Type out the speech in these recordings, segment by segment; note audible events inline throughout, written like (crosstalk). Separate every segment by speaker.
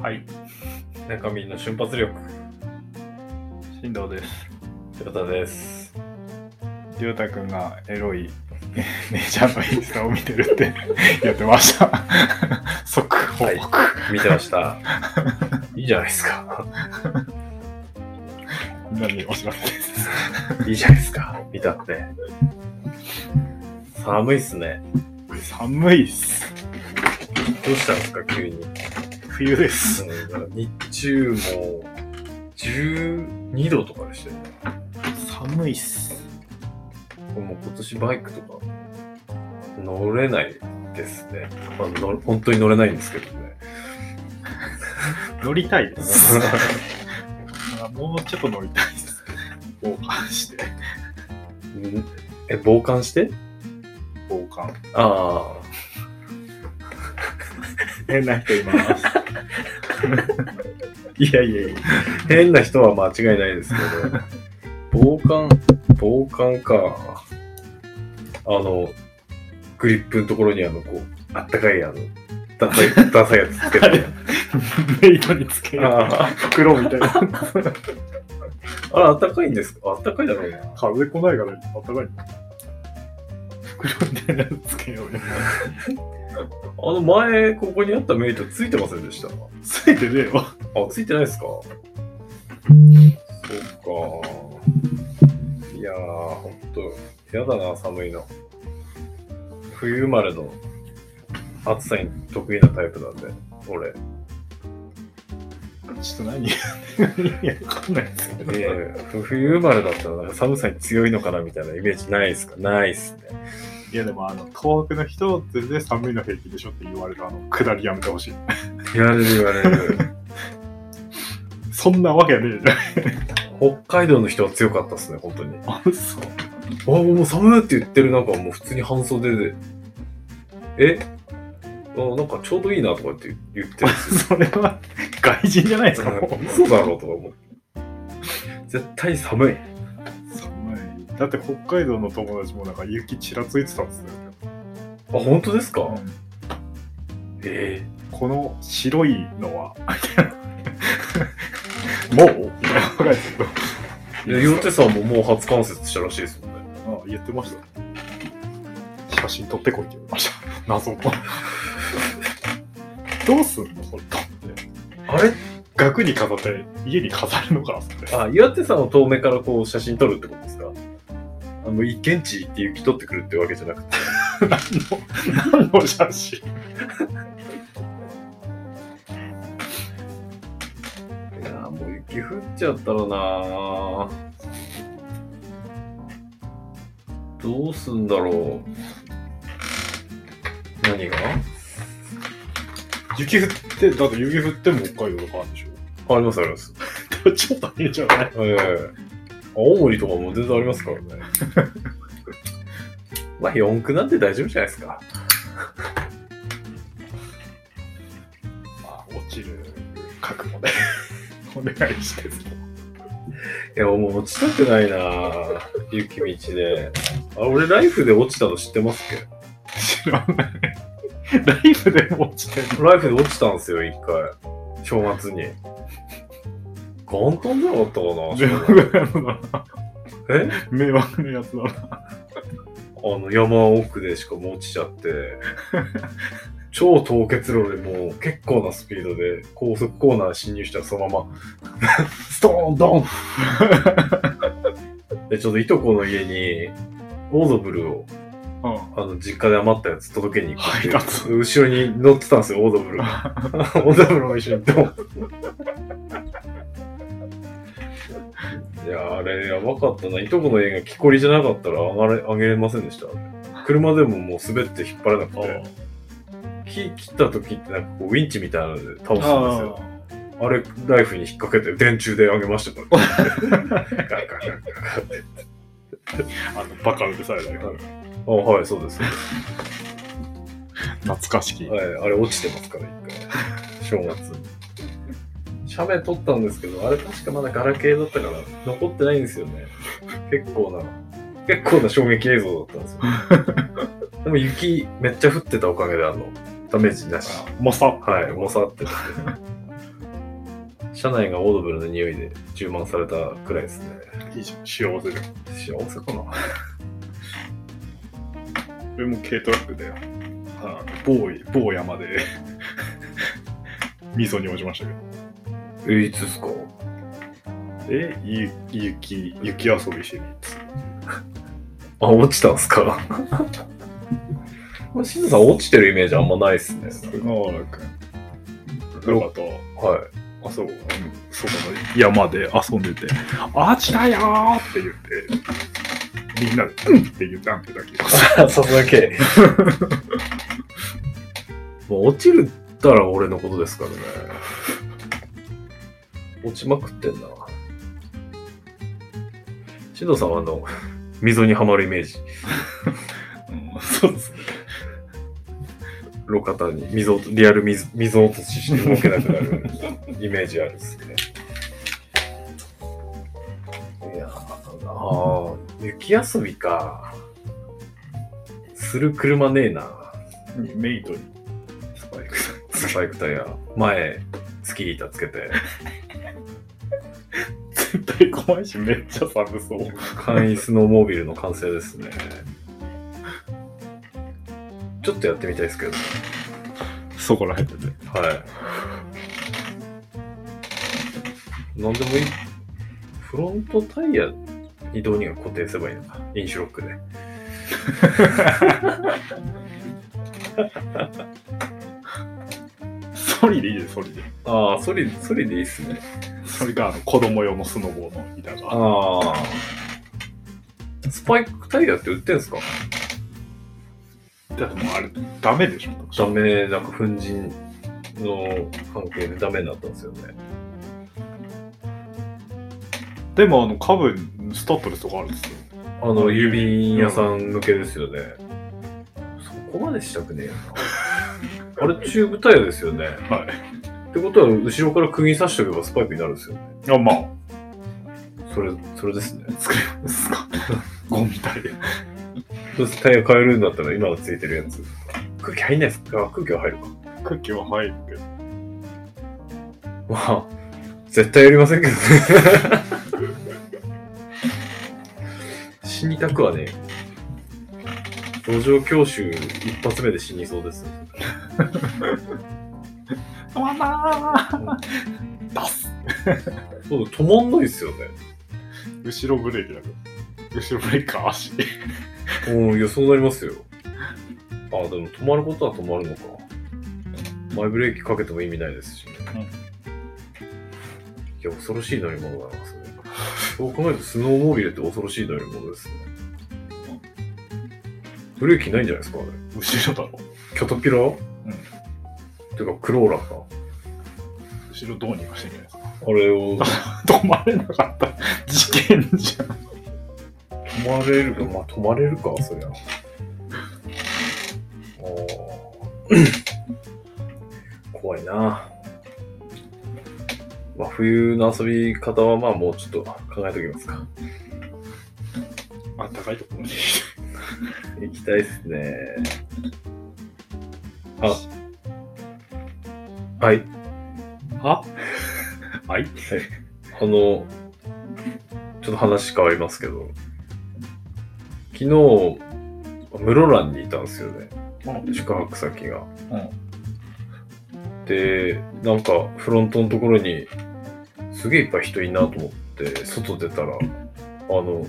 Speaker 1: はい、
Speaker 2: 中身の瞬発力、
Speaker 1: 進藤です。
Speaker 2: トヨタです。
Speaker 1: りょうたくんがエロい (laughs) 姉ちゃんのインスタを見てるって (laughs) 言ってました。 (laughs) 速報、
Speaker 2: はい見てました。いいじゃないですか。
Speaker 1: みんなにお知らせです。
Speaker 2: いいじゃないですか。見たって。寒いっすね。
Speaker 1: 寒いっす。
Speaker 2: どうしたんですか、急に。
Speaker 1: 冬です。
Speaker 2: うんなんか日中も12度とかでしたよね。
Speaker 1: 寒いっす。
Speaker 2: もう今年バイクとか乗れないですね。まあ、の本当に乗れないんですけどね。
Speaker 1: 乗りたいです。あもうちょっと乗りたいです。防寒して。
Speaker 2: うんえ、防寒して
Speaker 1: 防寒。
Speaker 2: ああ。
Speaker 1: 変な人い (laughs) ます。
Speaker 2: いやいやいや、変な人は間違いないですけど、防寒、防寒か。あの、グリップのところにあの、こう、あったかい、あの、ダサい、ダサいやつつけて。
Speaker 1: メイドにつける
Speaker 2: あ
Speaker 1: 袋みたいな。
Speaker 2: あ、あれあったかいんですかあったかいだろうな。
Speaker 1: 風来ないからあったかい。袋みたいなやつつけようよ。
Speaker 2: あの、前、ここにあったメイトついてませんでしたあ、
Speaker 1: ついてねえわ。
Speaker 2: ついてないですかそっか。いやー、ほんと、やだな、寒いの。冬生まれの暑さに得意なタイプなんで、俺。
Speaker 1: ちょっと何 (laughs) 言ういや、わかんないですけど。
Speaker 2: で、冬生まれだったらなんか寒さに強いのかなみたいなイメージないですかないっすね。
Speaker 1: いや、でも、あの、東北の人って全然寒いの平気でしょって言われる、あの、下りやめてほしい。
Speaker 2: 言われる言われる。
Speaker 1: そんなわけねえじゃん。
Speaker 2: (laughs) 北海道の人は強かったっすね、本当に。
Speaker 1: あ、そう。
Speaker 2: あ、もう寒いって言ってる中、もう普通に半袖で。えあなんかちょうどいいなとかって言ってるんですよ。
Speaker 1: それは、外人じゃないですか、もう。
Speaker 2: 嘘だろうとか思って。絶対寒い。
Speaker 1: 寒い。だって、北海道の友達もなんか雪ちらついてたんですよ。
Speaker 2: あ、本当ですかえ
Speaker 1: この白いのは、 (laughs) もう (laughs) みたいなわかんないですけど
Speaker 2: えー。岩手さんももう初冠雪したらしいですもんね。
Speaker 1: あ言ってました。写真撮ってこいって言われました。 (laughs) 謎の。どうすんのこれ撮って。
Speaker 2: あれ
Speaker 1: 額に飾って、家に飾るのかな (laughs) それ。
Speaker 2: あ、岩手山を遠目からこう写真撮るってことですかあの、一見地行って雪取ってくるってわけじゃなくて。
Speaker 1: 何の写真
Speaker 2: いやーもう雪降っちゃったらなーどうすんだろう。何が
Speaker 1: 雪降って、だって雪降っても北海道とかあるんでし
Speaker 2: ありますあります。
Speaker 1: ょちょっと見えちゃうね。
Speaker 2: ええ青森とかも全然ありますからね。 (laughs) まあ、四駆なんて大丈夫じゃないですか。
Speaker 1: まあ、落ちる覚悟で (laughs) お願いしてる。
Speaker 2: いや、もう落ちたくないなー雪道で。あ、俺ライフで落ちたの知ってますっけ
Speaker 1: 知らない。ライブでも落ちて (laughs) る。
Speaker 2: ライフで落ちたんですよ、一回。正月に。元旦じゃなかったかな
Speaker 1: 迷惑なやつだな。
Speaker 2: え
Speaker 1: 迷惑なやつだな。
Speaker 2: あの、山奥でしかもう落ちちゃって。超凍結路でもう結構なスピードで高速コーナー進入したらそのままストーンドンでちょっといとこの家にオードブルを
Speaker 1: うん。
Speaker 2: あの実家で余ったやつ届けに行くっていう
Speaker 1: 配達
Speaker 2: 後ろに乗ってたんですよオードブルがオードブルも一 (laughs) 緒にドンいやあれやばかったないとこの家が木こりじゃなかったら上がれ上げれませんでした車でももう滑って引っ張れなくて木切った時ってなんかこうウィンチみたいなので倒すんですよあれライフに引っ掛けて電柱で上げましたから (laughs) ガンガンガンガン
Speaker 1: あの、バカうるさいだけど。
Speaker 2: あはいそうです
Speaker 1: 懐かしき。
Speaker 2: はい、あれ落ちてますから、一 (laughs) 回。正月に。写メ撮ったんですけど、あれ確かまだガラケーだったから、残ってないんですよね。結構な、結構な衝撃映像だったん (laughs) ですよ。でも雪めっちゃ降ってたおかげで、あの、ダメージなし。
Speaker 1: もさ。
Speaker 2: はい、もさってたん車内がオードブルの匂いで充満されたくらいですね。
Speaker 1: いいじゃん。幸せじゃん。
Speaker 2: 幸せかな
Speaker 1: 俺も軽トラックで、あ某い某山で (laughs) 味噌に落ちましたけど。
Speaker 2: え、いつっすか
Speaker 1: え、ゆ雪、雪遊びしに行って
Speaker 2: あ、落ちたんす (laughs) かまあ、しずさん落ちてるイメージあんまないっすね。
Speaker 1: た。長らく。ロバと、
Speaker 2: はい。
Speaker 1: あ、そう、うんそこの山で遊んでて、 (laughs) あちだよーって言って、みんなで、うんって言ったんだけど。
Speaker 2: さすが (laughs) け。もう落ちるったら俺のことですからね。落ちまくってんな。シドさんはあの、溝にはまるイメージ。
Speaker 1: うんそうですね。
Speaker 2: 路肩に溝、リアル溝溝落としして動けなくなるイメージあるんですね。いやーあー、雪遊びか。する車ねえな。
Speaker 1: メイトにスパイクさん。
Speaker 2: スパイクタイヤ、前、スキー板つけ (laughs) て、
Speaker 1: 絶対怖いし、めっちゃ寒そう。
Speaker 2: 簡易スノーモービルの完成ですね。ちょっとやってみたいですけど、
Speaker 1: そこら辺でね。
Speaker 2: はい。なんでもいい。フロントタイヤにどうにか固定すればいいのか。インシュロックで。
Speaker 1: ソリでいいで、ソリで。
Speaker 2: ああ、それ、それでいいっすね。
Speaker 1: それがあの子供用のスノボーの板が。
Speaker 2: ああ。スパイクタイヤって売ってんすか
Speaker 1: でもあれ、ダメでしょ。
Speaker 2: ダメ、なんか粉塵の関係でダメになったんですよね。
Speaker 1: でも、あの、カブ、スタッドレスとかあるんですよ。
Speaker 2: あの、郵便屋さん向けですよね。そこまでしたくねえよな。あれ、チューブタイヤですよね。
Speaker 1: は
Speaker 2: ってことは、後ろから釘刺しておけばスパイクになるんですよね。
Speaker 1: い。あ、まあ、
Speaker 2: それ、それですね。
Speaker 1: 作れますか。ゴミタイヤ。
Speaker 2: そうするとタイヤ変えるんだったら、今のついてるやつ。空気入んないですかあ空気は入るか。
Speaker 1: 空気は入るけど。
Speaker 2: まあ、絶対やりませんけどね。 (laughs) 死にたくはね、路上教習一発目で死にそうです。
Speaker 1: ママー出す
Speaker 2: そう、止まんないですよね。
Speaker 1: 後ろブレーキだから。後ろブレーキか足。
Speaker 2: うん、いや、そうなりますよ。あ、でも止まることは止まるのか。前ブレーキかけても意味ないですしね。
Speaker 1: うん
Speaker 2: いや、恐ろしい乗り物だな、それ。そう考えると、スノーモービルって恐ろしい乗り物ですね。ブレーキないんじゃないですか、あれ。
Speaker 1: 後ろだろ。
Speaker 2: キャタピラうん。てか、クローラか。
Speaker 1: 後ろどうにかしてんじゃないですか。
Speaker 2: あれを
Speaker 1: 止まれなかった。事件じゃん。
Speaker 2: 止まれるか、まあ、止まれるか、そりゃ。ああ。怖いな。まあ、冬の遊び方は、まあ、もうちょっと考えておきますか。
Speaker 1: あったかいところに。
Speaker 2: 行きたいですね。あ。はい。
Speaker 1: ははい。
Speaker 2: あの、ちょっと話変わりますけど、昨日、室蘭にいたんですよね。宿泊先が。で、なんかフロントのところに、すげえいっぱい人いんなと思って、外出たら、あの、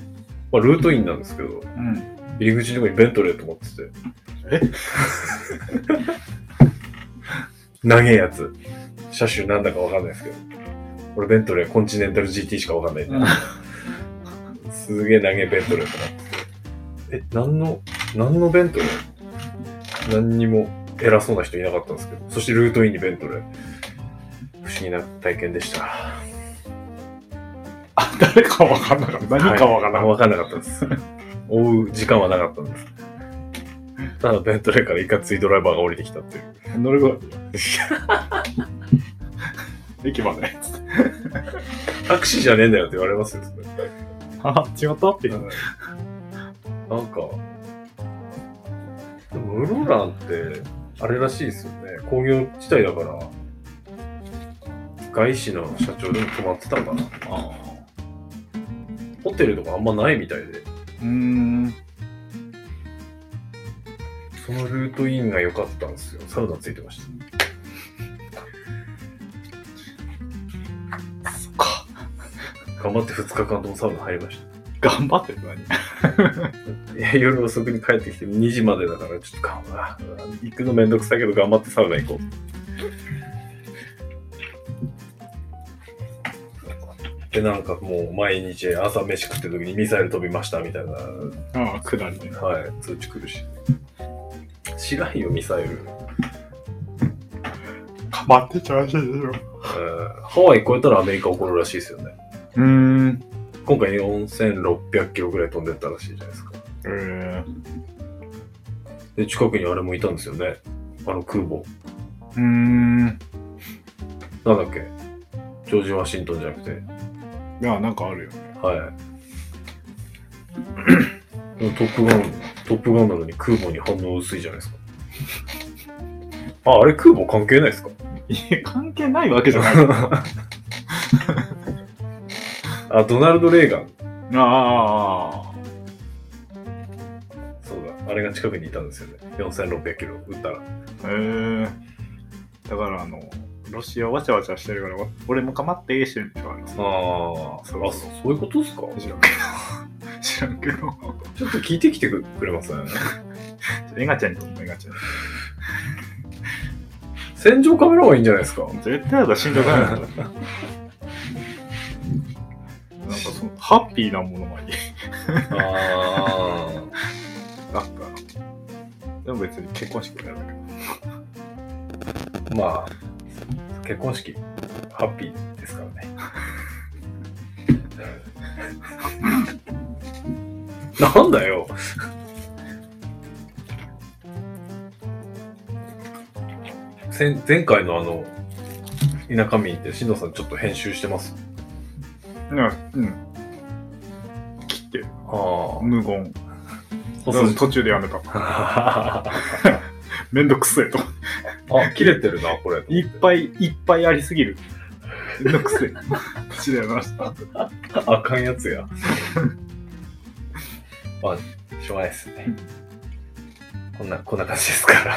Speaker 2: まあ、ルートインなんですけど、
Speaker 1: うん。
Speaker 2: 入り口のとこにベントレーと思ってて。
Speaker 1: え
Speaker 2: (laughs) 長えやつ。車種なんだかわかんないですけど。俺ベントレーコンチネンタル GT しかわかんないんで。すげえ長えベントレーと思ってて。え、何の、何のベントレー何にも偉そうな人いなかったんですけど。そしてルートインにベントレー。不思議な体験でした。
Speaker 1: あ、誰かわかんなかった。何かわかんな
Speaker 2: はい
Speaker 1: かっ
Speaker 2: わかんなかったです。追う時間はなかったんです。ただベントレーからいかついドライバーが降りてきたっていう。
Speaker 1: た。乗る (laughs) ぐらい駅まで。
Speaker 2: タクシーじゃねえんだよって言われますよ、それ
Speaker 1: あ、違ったって言う。
Speaker 2: なんか、でも室蘭って、あれらしいですよね。工業地帯だから、外資の社長でも泊まってたんかな。
Speaker 1: あ
Speaker 2: ホテルとかあんまないみたいで、
Speaker 1: ーうーん。
Speaker 2: そのルートインが良かったんですよ。サウナついてました。
Speaker 1: そっか。
Speaker 2: 頑張って2日間ともサウナ入りました。
Speaker 1: 頑張ってるなに。
Speaker 2: いや夜遅くに帰ってきて2時までだからちょっと頑張行くのめんどくさいけど頑張ってサウナ行こうでなんかもう毎日朝飯食ってる時にミサイル飛びましたみたいな、は
Speaker 1: ああ、下りね。
Speaker 2: い、通知来るし知らんよミサイル、うん
Speaker 1: かまってちゃうしいでしょ。
Speaker 2: ハワイ越えたらアメリカ怒るらしいですよね
Speaker 1: うーん。
Speaker 2: 今回4600キロぐらい飛んでったらしいじゃないですか
Speaker 1: えー、
Speaker 2: で近くにあれもいたんですよねあの空母
Speaker 1: うーん。
Speaker 2: なんだっけジョージ・ワシントンじゃなくて
Speaker 1: いや、なんかあるよ。
Speaker 2: はい。でもトップガン、トップガンなのに空母に反応薄いじゃないですか。あ、あれ空母関係ないです (laughs) か
Speaker 1: いや、関係ないわけじゃ (laughs) ない。
Speaker 2: あ、ドナルド・レーガン。
Speaker 1: ああ。
Speaker 2: そうだ、あれが近くにいたんですよね。4600キロ撃ったら。
Speaker 1: えー。だから、あの、ロシアわちゃわちゃしてるから、わ俺もかまってええし、って言われます。
Speaker 2: あ
Speaker 1: そ
Speaker 2: そううそういうことですか
Speaker 1: 知らんけ (laughs) ど。知らんけど。
Speaker 2: ちょっと聞いてきてくれません
Speaker 1: エガちゃんにとってエガちゃん。
Speaker 2: 戦場カメラはいいんじゃないですか
Speaker 1: 絶対やだ、しんどく (laughs) ないなんかその、ハッピーなものまで。
Speaker 2: あ
Speaker 1: なんか、でも別に結婚式もやるんだけ
Speaker 2: あ。まあ、結婚式、ハッピーですからね。 (laughs) なんだよ。前前回のあの、田舎民って、しんどさんちょっと編集してます。
Speaker 1: ど。うん。切って、
Speaker 2: あ
Speaker 1: 無言。
Speaker 2: あ。そう
Speaker 1: 途中でやめた。
Speaker 2: (laughs) あ、
Speaker 1: めんどくせえと。
Speaker 2: 切れてるな、これ。
Speaker 1: いっぱいいっぱいありすぎる。めんどくせえ。 (laughs) 口でやめました。
Speaker 2: あかんやつや。まあ、しょうがないですね。こんな、こんな感じですから。
Speaker 1: だか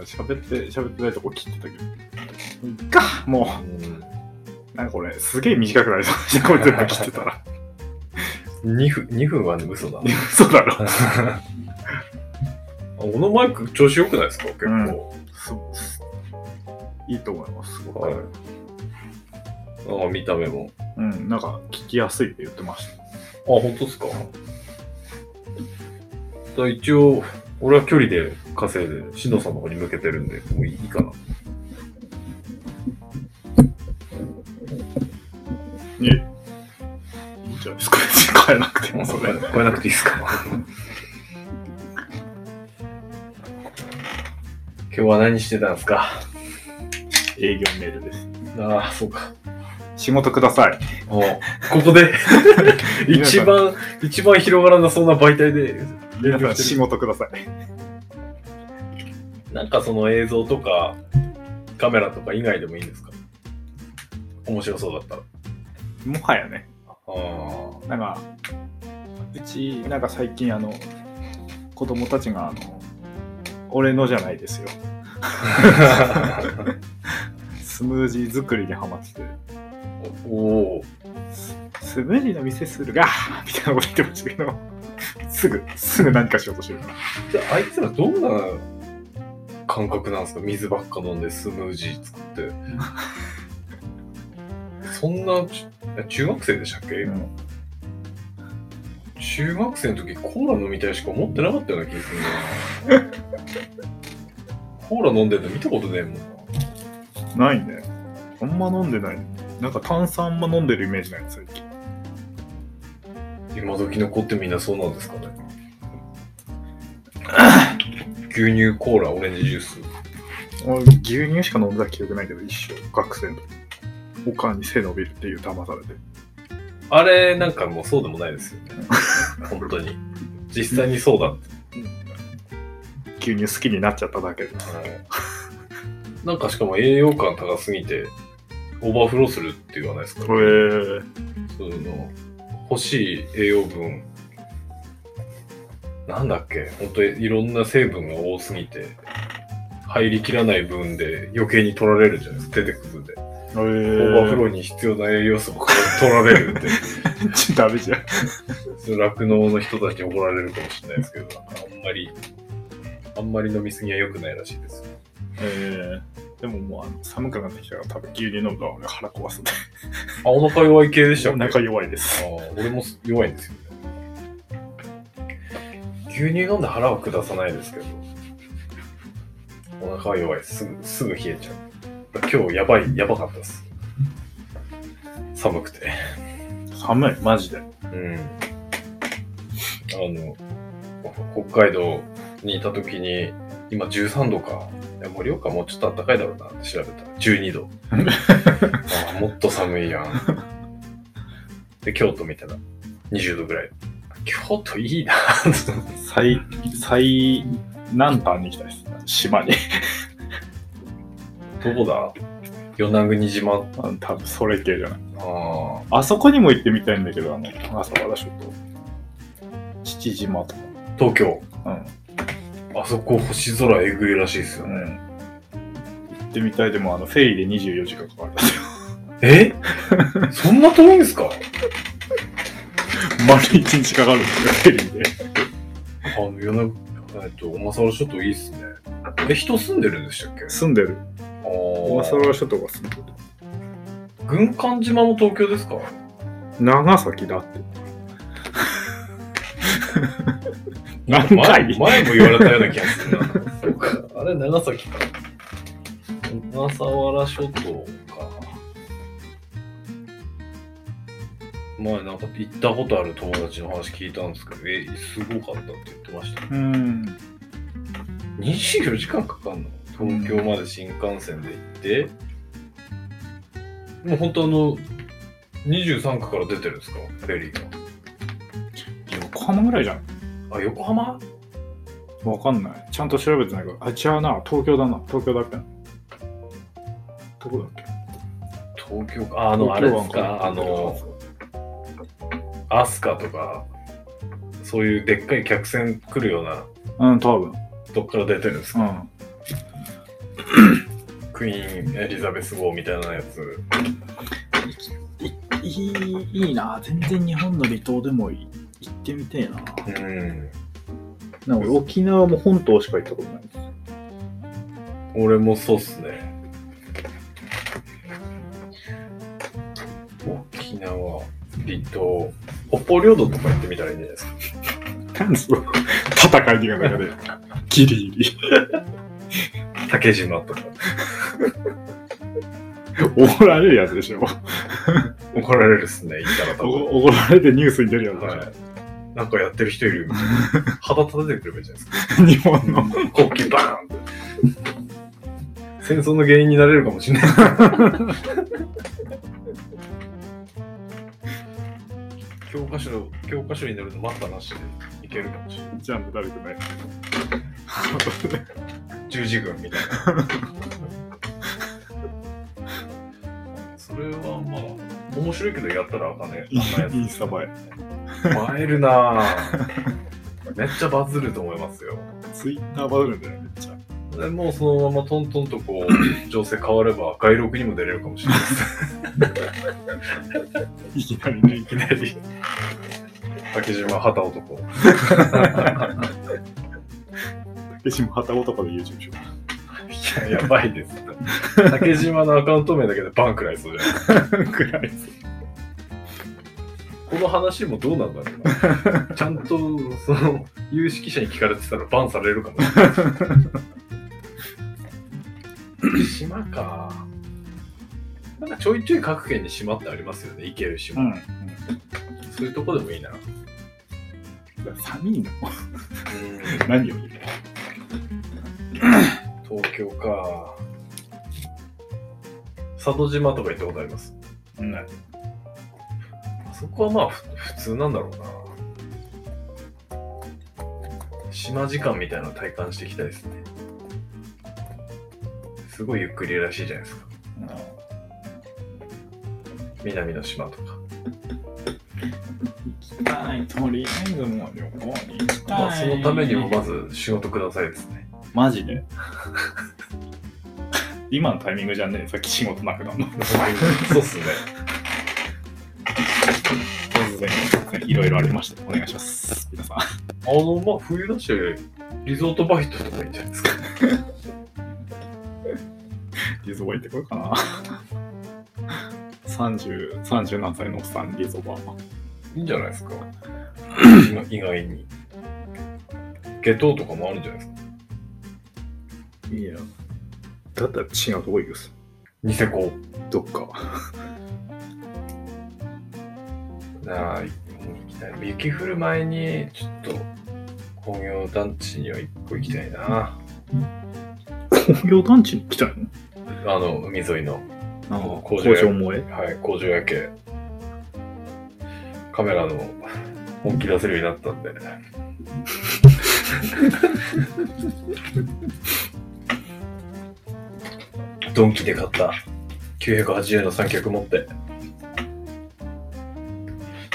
Speaker 1: ら喋って、喋ってないとこ切ってたけど。いっか、もう。なんかこれ、すげえ短くなりそうでした。これ全部切ってたら。
Speaker 2: 2分、2分は嘘
Speaker 1: (laughs)
Speaker 2: だな。
Speaker 1: 嘘だろ。
Speaker 2: あこのマイク調子良くないですか結構。
Speaker 1: そうすいいと思います。すごく
Speaker 2: はい。あ見た目も。あ、
Speaker 1: うん、なんか聞きやすいって言ってました。
Speaker 2: 本当ですかだ一応、俺は距離で稼いで、しのさんの方に向けてるんで、もういいかな。
Speaker 1: いいんじゃないですか。 (laughs) 変えなくてもそれ。
Speaker 2: 超えなくていいですか (laughs) 今日は何してたんですか
Speaker 1: 営業メールです。
Speaker 2: ああ、そうか。
Speaker 1: 仕事ください。
Speaker 2: おここ (laughs) で一番、一番広がらなそうな媒体で。
Speaker 1: 皆さん仕事ください。
Speaker 2: なんかその映像とか、カメラとか以外でもいいんですか面白そうだったら。
Speaker 1: もはやね。
Speaker 2: あー
Speaker 1: なんか、うち、なんか最近、あの、子供たちが、あの、俺のじゃないですよ。スムージー作りにハマってて、
Speaker 2: (laughs) おお
Speaker 1: スムージーの店するがみたいなこと言ってましたけど、すぐ、すぐ何かしようとしてるから。
Speaker 2: じゃあ、あいつらどんな感覚なんですか水ばっか飲んでスムージー作って。そんな、ちえ中学生でしたっけ、
Speaker 1: うん
Speaker 2: 中学生の時コーラ飲みたいしか思ってなかったような気がするな。コーラ飲んでるの見たことねえもんな。
Speaker 1: ないね。あんま飲んでない。なんか炭酸あんま飲んでるイメージない最近。
Speaker 2: 今時の子ってみんなそうなんですかね牛乳コーラオレンジジュース
Speaker 1: 俺牛乳しか飲んだ記憶ないけど、一生、学生の時。おかんに背伸びるっていう騙されて。
Speaker 2: あれなんかもうそうでもないですよね本当に実際にそうだっ
Speaker 1: 牛乳好きになっちゃっただけで
Speaker 2: た、はい (laughs) なんかしかも栄養感高すぎて、オーバーフローするって言わないですか、
Speaker 1: えー、
Speaker 2: その欲しい栄養分なんだっけ本当にいろんな成分が多すぎて入りきらない分で余計に取られるじゃないですか出てくるで、
Speaker 1: えー、
Speaker 2: オーバーフローに必要な栄養素が取られるって
Speaker 1: ちょっとダメじゃん。
Speaker 2: その酪農の人たちに怒られるかもしれないですけどなんかあんまりあんまり飲みすぎは良くないらしいです
Speaker 1: えー、でももうあの寒くなってきたから多分牛乳飲むと俺腹壊すね。
Speaker 2: あお腹弱い系でしたっ
Speaker 1: お
Speaker 2: け
Speaker 1: 腹弱いです。
Speaker 2: あー俺も弱いんですよね牛乳飲んで腹は下さないですけどお腹は弱いですすぐすぐ冷えちゃう今日やばいやばかったです寒くて
Speaker 1: 寒い、マジで。
Speaker 2: うんあの北海道にいた時に今13度かいや盛岡もうちょっと暖かいだろうなって調べたら12度
Speaker 1: (laughs)
Speaker 2: ああもっと寒いやんで京都見たら20度ぐらい京都いいな (laughs)
Speaker 1: 最、最南端に来たです。島に。
Speaker 2: どこだ与那国島
Speaker 1: あの多分それ系じゃない。
Speaker 2: あ
Speaker 1: あそこにも行ってみたいんだけど、あの、朝原諸島。父島と
Speaker 2: あ東京
Speaker 1: か。
Speaker 2: あそこ星空えぐいらしいですよ
Speaker 1: う
Speaker 2: ね
Speaker 1: ん。うん。行ってみたい。でも、あの、フェリーで24時間かかるん (laughs) ですよ。
Speaker 2: え (laughs) そんな遠いんですか
Speaker 1: 丸1日かかるんですよ、フェリーで。
Speaker 2: あの、夜な、えっと、小笠原諸島いいっすね。え、人住んでるんでしたっけ
Speaker 1: 住んでる。
Speaker 2: あ
Speaker 1: 小笠
Speaker 2: あ。
Speaker 1: 原諸島が住んでる。
Speaker 2: 軍艦島も東京ですか
Speaker 1: 長崎だって。何回
Speaker 2: 前前も言われたような気がするな。そうか。あれ、長崎か。小笠原諸島か。前なんか行ったことある友達の話聞いたんですけど、え、すごかったって言ってました。
Speaker 1: うん。
Speaker 2: 24時間かかんの東京まで新幹線で行って、もう本当あの23区から出てるんですかフェリー
Speaker 1: 横浜ぐらいじゃん。
Speaker 2: があ横浜
Speaker 1: わかんない。ちゃんと調べてないから。あ、違うな。東京だな。東京だっけなどこだっけ
Speaker 2: 東京かああのあれですかあの。飛鳥とかそういうでっかい客船来るような
Speaker 1: うん、多分。
Speaker 2: とこから出てるんです
Speaker 1: う
Speaker 2: か、
Speaker 1: ん。
Speaker 2: クイーンエリザベス号みたいなやつ
Speaker 1: いいいいな。全然日本の離島でもい行ってみてえな。
Speaker 2: うん
Speaker 1: なんか俺沖縄も本島しか行ったことないです。
Speaker 2: 俺もそうっすね沖縄離島北方領土とか行ってみたらいいんじゃないですか
Speaker 1: 何その戦いにが中で。ギリギリ。
Speaker 2: 竹島とか
Speaker 1: 怒られるやつでしょ。
Speaker 2: 怒られるっすね行ったら多分
Speaker 1: (laughs) お怒られてニュースに出るやつでしょ。
Speaker 2: はいなんかやってる人いるみたいな肌立ててくればいいじゃないですか
Speaker 1: (laughs) 日本の。
Speaker 2: 国旗バーンって戦争の原因になれるかもしれない教科書教科書に載るの待ったなしでいけるかもしれない
Speaker 1: ジャンプだるくない。 (laughs)
Speaker 2: 十字軍みたいな。それはまあ、面白いけどやったらあかんね。
Speaker 1: イン
Speaker 2: あんな
Speaker 1: イン
Speaker 2: や
Speaker 1: スタ映え。
Speaker 2: つ。映えるなぁ。めっちゃバズると思いますよ。
Speaker 1: ツイッターバズるんだよ、めっちゃ。
Speaker 2: でもうそのままトントンとこう、情勢変われば外録にも出れるかもしれない (laughs) です。
Speaker 1: いきなりね。
Speaker 2: いきなり。竹島旗男。 (laughs)
Speaker 1: 竹島旗男で YouTube しよ
Speaker 2: いや、やばいです。竹島のアカウント名だけでバンくらいそうじゃないですか
Speaker 1: う。くらい。
Speaker 2: この話もどうなんだろうな。ちゃんと、その、有識者に聞かれてたらバンされるかもしれない。島か。なんかちょいちょい各県に島ってありますよね。行ける島。
Speaker 1: う。
Speaker 2: そういうとこでもいいな。うん
Speaker 1: 寒いの何より。
Speaker 2: 東京か。佐渡島とか行ったことあります。
Speaker 1: うん。
Speaker 2: あそこはまあふ普通なんだろうな。島時間みたいなの体感していきたいですね。すごいゆっくりらしいじゃないですか。南の島とか。
Speaker 1: 行きたい。とりあえずもう旅行に行きたい。
Speaker 2: まあ、そのためにもまず仕事くださいですね。 (laughs)
Speaker 1: マジで今のタイミングじゃねえ、さっき仕事なくな (laughs) るの。
Speaker 2: そうっすね。
Speaker 1: 突然突然いろいろありました。お願いします。皆さん。
Speaker 2: あの、まあ、冬だし、リゾートバイトとかいいんじゃないですか。
Speaker 1: リゾバ行ってこようかな。30、30何歳のおっさん、リゾバ。
Speaker 2: いいんじゃないですか。意外に。下等とかもあるんじゃないですか。
Speaker 1: いや。だったら違うとこ行くっす。
Speaker 2: ニセコ。
Speaker 1: どっか。
Speaker 2: なあ、行きたい。雪降る前に、ちょっと、工業団地には一個行きたいな。
Speaker 1: 工業団地に来たい
Speaker 2: あの、海沿いの、
Speaker 1: の
Speaker 2: 工場
Speaker 1: 工場萌え。
Speaker 2: はい、工場夜景。カメラの本気出せるようになったんで。ドンキで買った980円の三脚持って。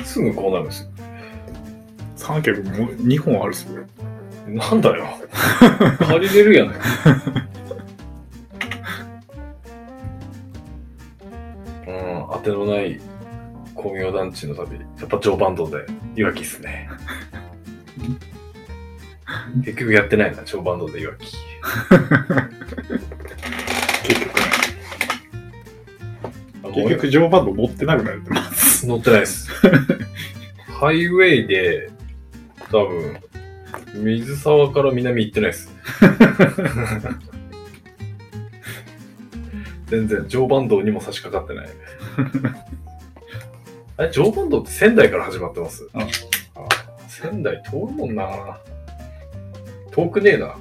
Speaker 2: すぐこうなるんですよ。
Speaker 1: 三脚も2本あるっすよ。
Speaker 2: なんだよ。借りれるやないか。うん、当てのない工業団地の旅。やっぱ常磐道でいわきっすね。結局やってないな、常磐道でいわき。
Speaker 1: 結局ね。
Speaker 2: あ
Speaker 1: 結局、乗馬部持ってなくなるってます。
Speaker 2: 乗ってないです。ハイウェイで、多分、水沢から南行ってないです。全然、常磐道にも差し掛かってない。あれ、常磐道って仙台から始まってます。
Speaker 1: うん
Speaker 2: あ仙台遠いもんな。遠くねえな。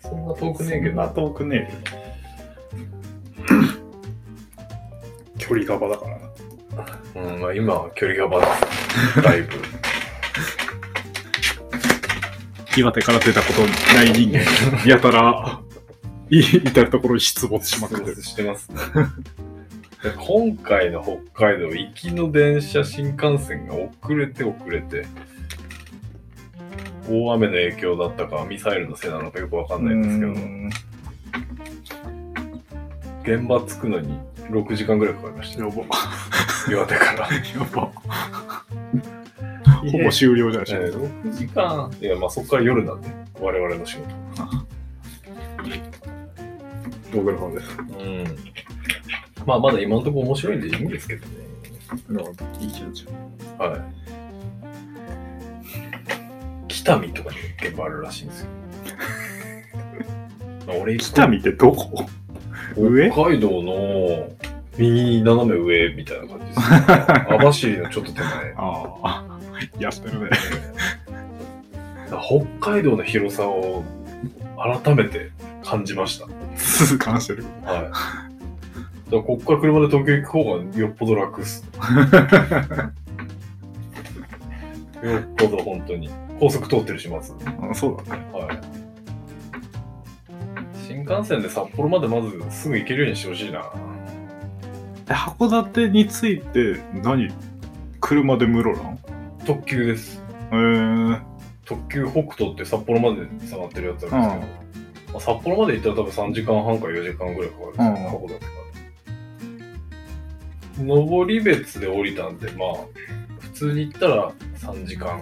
Speaker 2: そんな遠くねえけ
Speaker 1: そん
Speaker 2: ど。
Speaker 1: な遠くねえけど。距離幅だからな。
Speaker 2: うん、まあ今は距離がばです。だいぶ。
Speaker 1: 岩手から出たことない人間、やたら、い至るところに出没しまくってる。
Speaker 2: してます、ね、 (laughs) で今回の北海道行きの電車新幹線が遅れて遅れて大雨の影響だったかミサイルのせいなのかよくわかんないんですけど現場着くのに6時間ぐらいかかりましたよ
Speaker 1: やば。
Speaker 2: 岩手 (laughs) から
Speaker 1: やば。ほ
Speaker 2: ほ
Speaker 1: ぼ終了じゃない
Speaker 2: え
Speaker 1: です
Speaker 2: ー、6時間いやまあそこから夜なんで我々の仕事
Speaker 1: ご苦労様です。
Speaker 2: うんまあまだ今のところ面白いんでいいんですけどね
Speaker 1: いいじゃんじゃん。
Speaker 2: はい北見とかに現場あるらしいんです
Speaker 1: (laughs)
Speaker 2: よ俺行く
Speaker 1: 北見ってどこ上
Speaker 2: 北海道の右に斜め上みたいな感じです、
Speaker 1: (laughs)
Speaker 2: ね、網走のちょっと手前
Speaker 1: ああ、やってるね。
Speaker 2: 北海道の広さを改めて感じました、はい、
Speaker 1: 痛感してる。
Speaker 2: だからこっから車で東京行く方がよっぽど楽
Speaker 1: (laughs)
Speaker 2: っすよっぽど本当に高速通ってるします
Speaker 1: あそうだね。
Speaker 2: はい。新幹線で札幌までまずすぐ行けるようにしてほしいな。
Speaker 1: え函館について何車で室蘭
Speaker 2: 特急です。
Speaker 1: えー、
Speaker 2: 特急北斗って札幌まで繋がってるやつあるんですけど、まあ札幌まで行ったら多分3時間半から4時間ぐらいかかるんですよ、
Speaker 1: うん
Speaker 2: 函館から。登別で降りたんで、まあ、普通に行ったら3時間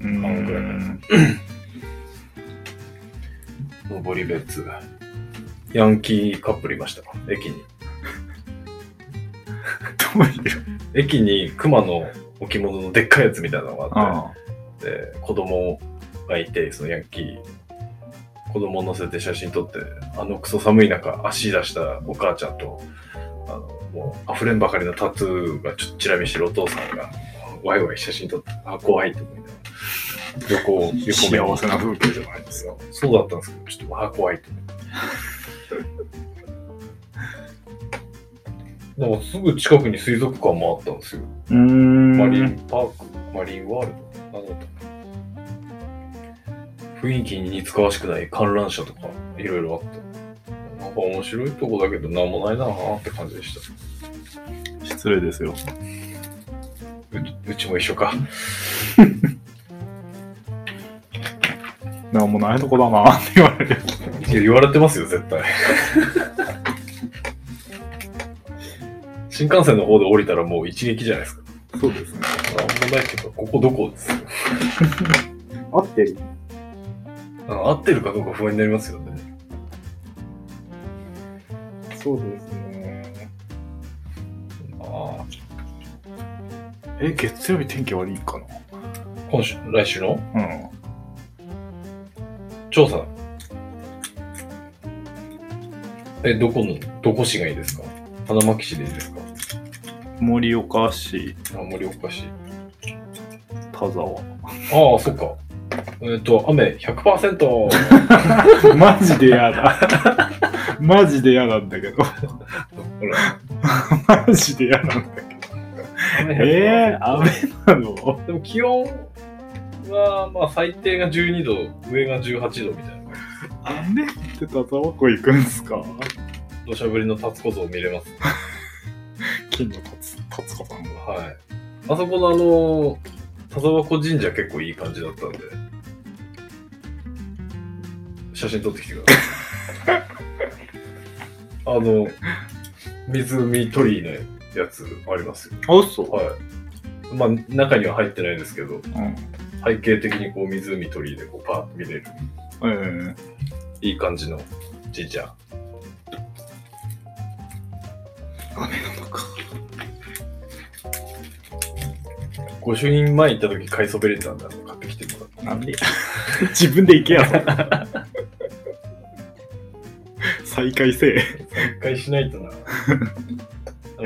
Speaker 1: うー
Speaker 2: 半ぐらいなん
Speaker 1: ん
Speaker 2: ですよ。登別。ヤンキーカップルいました、駅に。
Speaker 1: どういう
Speaker 2: 駅に熊の置物のでっかいやつみたいなのがあっ
Speaker 1: あ
Speaker 2: て、で子供がいて、そのヤンキー、子供を乗せて写真撮って、あのクソ寒い中、足出したお母ちゃんと、あの、もう溢れんばかりのタトゥーがちょっとちら見してるお父さんが、ワイワイ写真撮って、あ、怖いって思いながら、横を、横目に
Speaker 1: あ幸せな風景じゃないですか
Speaker 2: そうだったんですけど、ちょっと、あ、怖いって (laughs) 思って。なんかすぐ近くに水族館もあったんですよ。
Speaker 1: うーん
Speaker 2: マリンパーク、マリンワールドなんだったかな雰囲気に似つかわしくない観覧車とかいろいろあって、ななんか面白いとこだけど、なんもないなぁって感じでした。
Speaker 1: 失礼ですよ。
Speaker 2: うちうちも一緒か。
Speaker 1: なんもないとこだなって言われる。
Speaker 2: いや言われてますよ、絶対。新幹線の方で降りたらもう一撃じゃないですか。
Speaker 1: そうですね。
Speaker 2: なんもないけど、ここどこですよ。
Speaker 1: 合ってる。
Speaker 2: あ合ってるかどうか不安になりますよね。
Speaker 1: そうですね。
Speaker 2: あ
Speaker 1: え、月曜日天気悪いかな
Speaker 2: あ、今週、来週の
Speaker 1: うん。
Speaker 2: 調査。え、どこの、どこ市がいいですか花巻市でいいですか
Speaker 1: 盛岡市
Speaker 2: あ、盛岡市。
Speaker 1: 田 (laughs) 沢。
Speaker 2: ああ、そっか。えっ、と、雨100%。
Speaker 1: マジで嫌だ。 (laughs) マジで嫌なんだけど。
Speaker 2: ほら、
Speaker 1: マジで嫌なんだけど。
Speaker 2: 雨100%。
Speaker 1: えー、雨なの
Speaker 2: でも気温は、まあ、最低が12度、上が18度みたいな。
Speaker 1: 雨って田沢湖行くんすか
Speaker 2: 土砂降りの立つことを見れます。
Speaker 1: 金の立つ立つ子さんが。
Speaker 2: はい。あそこのあの、田沢湖神社結構いい感じだったんで。写真撮ってきてください。あの、湖鳥居のやつありますよ。
Speaker 1: あ、そ
Speaker 2: はい。まあ、中には入ってないですけど、
Speaker 1: うん。
Speaker 2: 背景的にこう湖鳥居でこうパーッと見れる、
Speaker 1: えー、
Speaker 2: いい感じの神社。
Speaker 1: 雨なのか。
Speaker 2: 御朱印前行った時買いそべれたんだ買ってきてもらった。
Speaker 1: なんで (laughs) 自分で行 (laughs) けやそんな再開せえ。
Speaker 2: 一回しないと (laughs) な。でも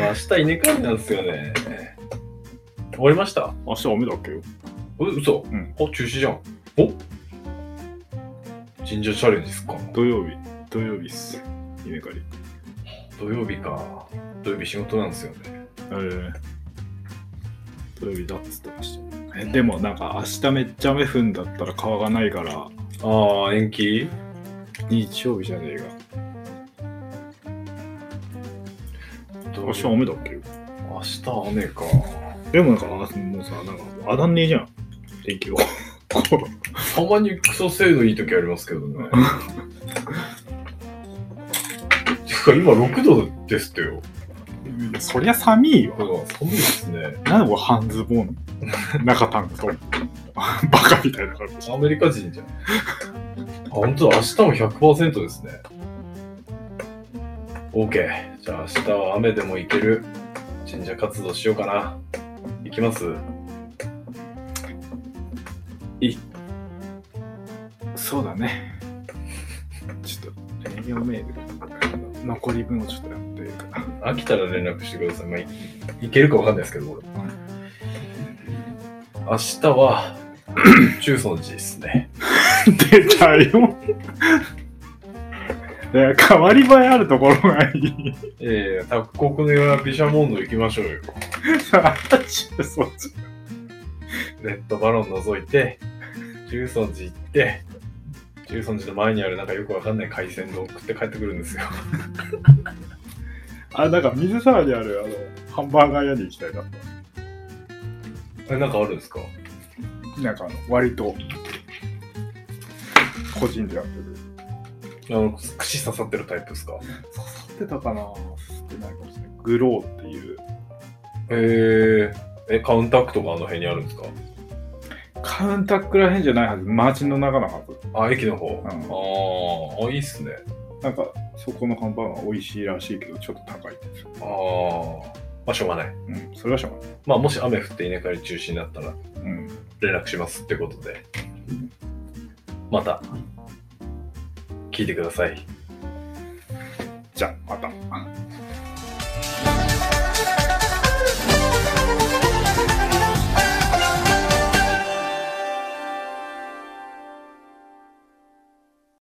Speaker 2: 明日稲刈りなんですよね。終わりました
Speaker 1: 明日雨だっけよ。
Speaker 2: う嘘、
Speaker 1: ん
Speaker 2: あ、中止じゃん。お神社チャレンジっすか
Speaker 1: 土曜日。土曜日っす。稲刈り。
Speaker 2: 土曜日か。土曜日仕事なんですよね。
Speaker 1: えー、土曜日だっつってました。えでもなんか明日めっちゃ雨降んだったら川がないから
Speaker 2: ああ、延期
Speaker 1: 日曜日じゃねえか。
Speaker 2: ど
Speaker 1: 明日雨だっけよ。
Speaker 2: 明日雨か。
Speaker 1: でもなんかあもうさなんか当たんねえじゃん天気が。
Speaker 2: たまにクソ精度いい時ありますけどね。てか今6度ですってよ。
Speaker 1: (laughs) そりゃ寒いよ
Speaker 2: だ。から寒いですね。
Speaker 1: なんで俺半ズボ (laughs) ン中短パンバカみたいな格好して
Speaker 2: アメリカ人じゃん。あ、本当だ、明日も100%ですね。OK。じゃあ明日は雨でも行ける神社活動しようかな。行きます
Speaker 1: そうだね。ちょっと、営業メール、残り分をちょっとやってるから。
Speaker 2: 飽きたら連絡してください。まあ、い行けるかわかんないですけど、俺。明日は、 (clears throat) 中尊寺ですね。
Speaker 1: 出たよ。いや、変わり映えあるところがいい。
Speaker 2: ええー、卓国の岩毘沙門堂行きましょうよ。
Speaker 1: さあ、そっち。
Speaker 2: レッドバロン覗いて、中尊寺行って、中尊寺の前にあるなんかよくわかんない海鮮丼食って帰ってくるんですよ。 (laughs)
Speaker 1: あ、なんか水沢にある、あの、ハンバーガー屋に行きたいなと。
Speaker 2: え、なんかあるんですか
Speaker 1: なんか、あの、割と、個人でやってる。
Speaker 2: あの、串刺さってるタイプですか
Speaker 1: 刺さってたかな刺さってないかもしれない。グローっていう。
Speaker 2: へええ、カウンタックとかあの辺にあるんですか
Speaker 1: カウンタックらへんじゃないはず。街の中のはず。
Speaker 2: あ、駅の方。ああ、いいっすね。
Speaker 1: なんか、そこのハンバーガー美味しいらしいけど、ちょっと高いですよ。
Speaker 2: ああ、まあしょうがない。
Speaker 1: うん、それはしょうが
Speaker 2: まあもし雨降って稲刈り中止になったら
Speaker 1: ない。うん。
Speaker 2: 連絡しますってことで。また、聞いてください。
Speaker 1: じゃあ、また。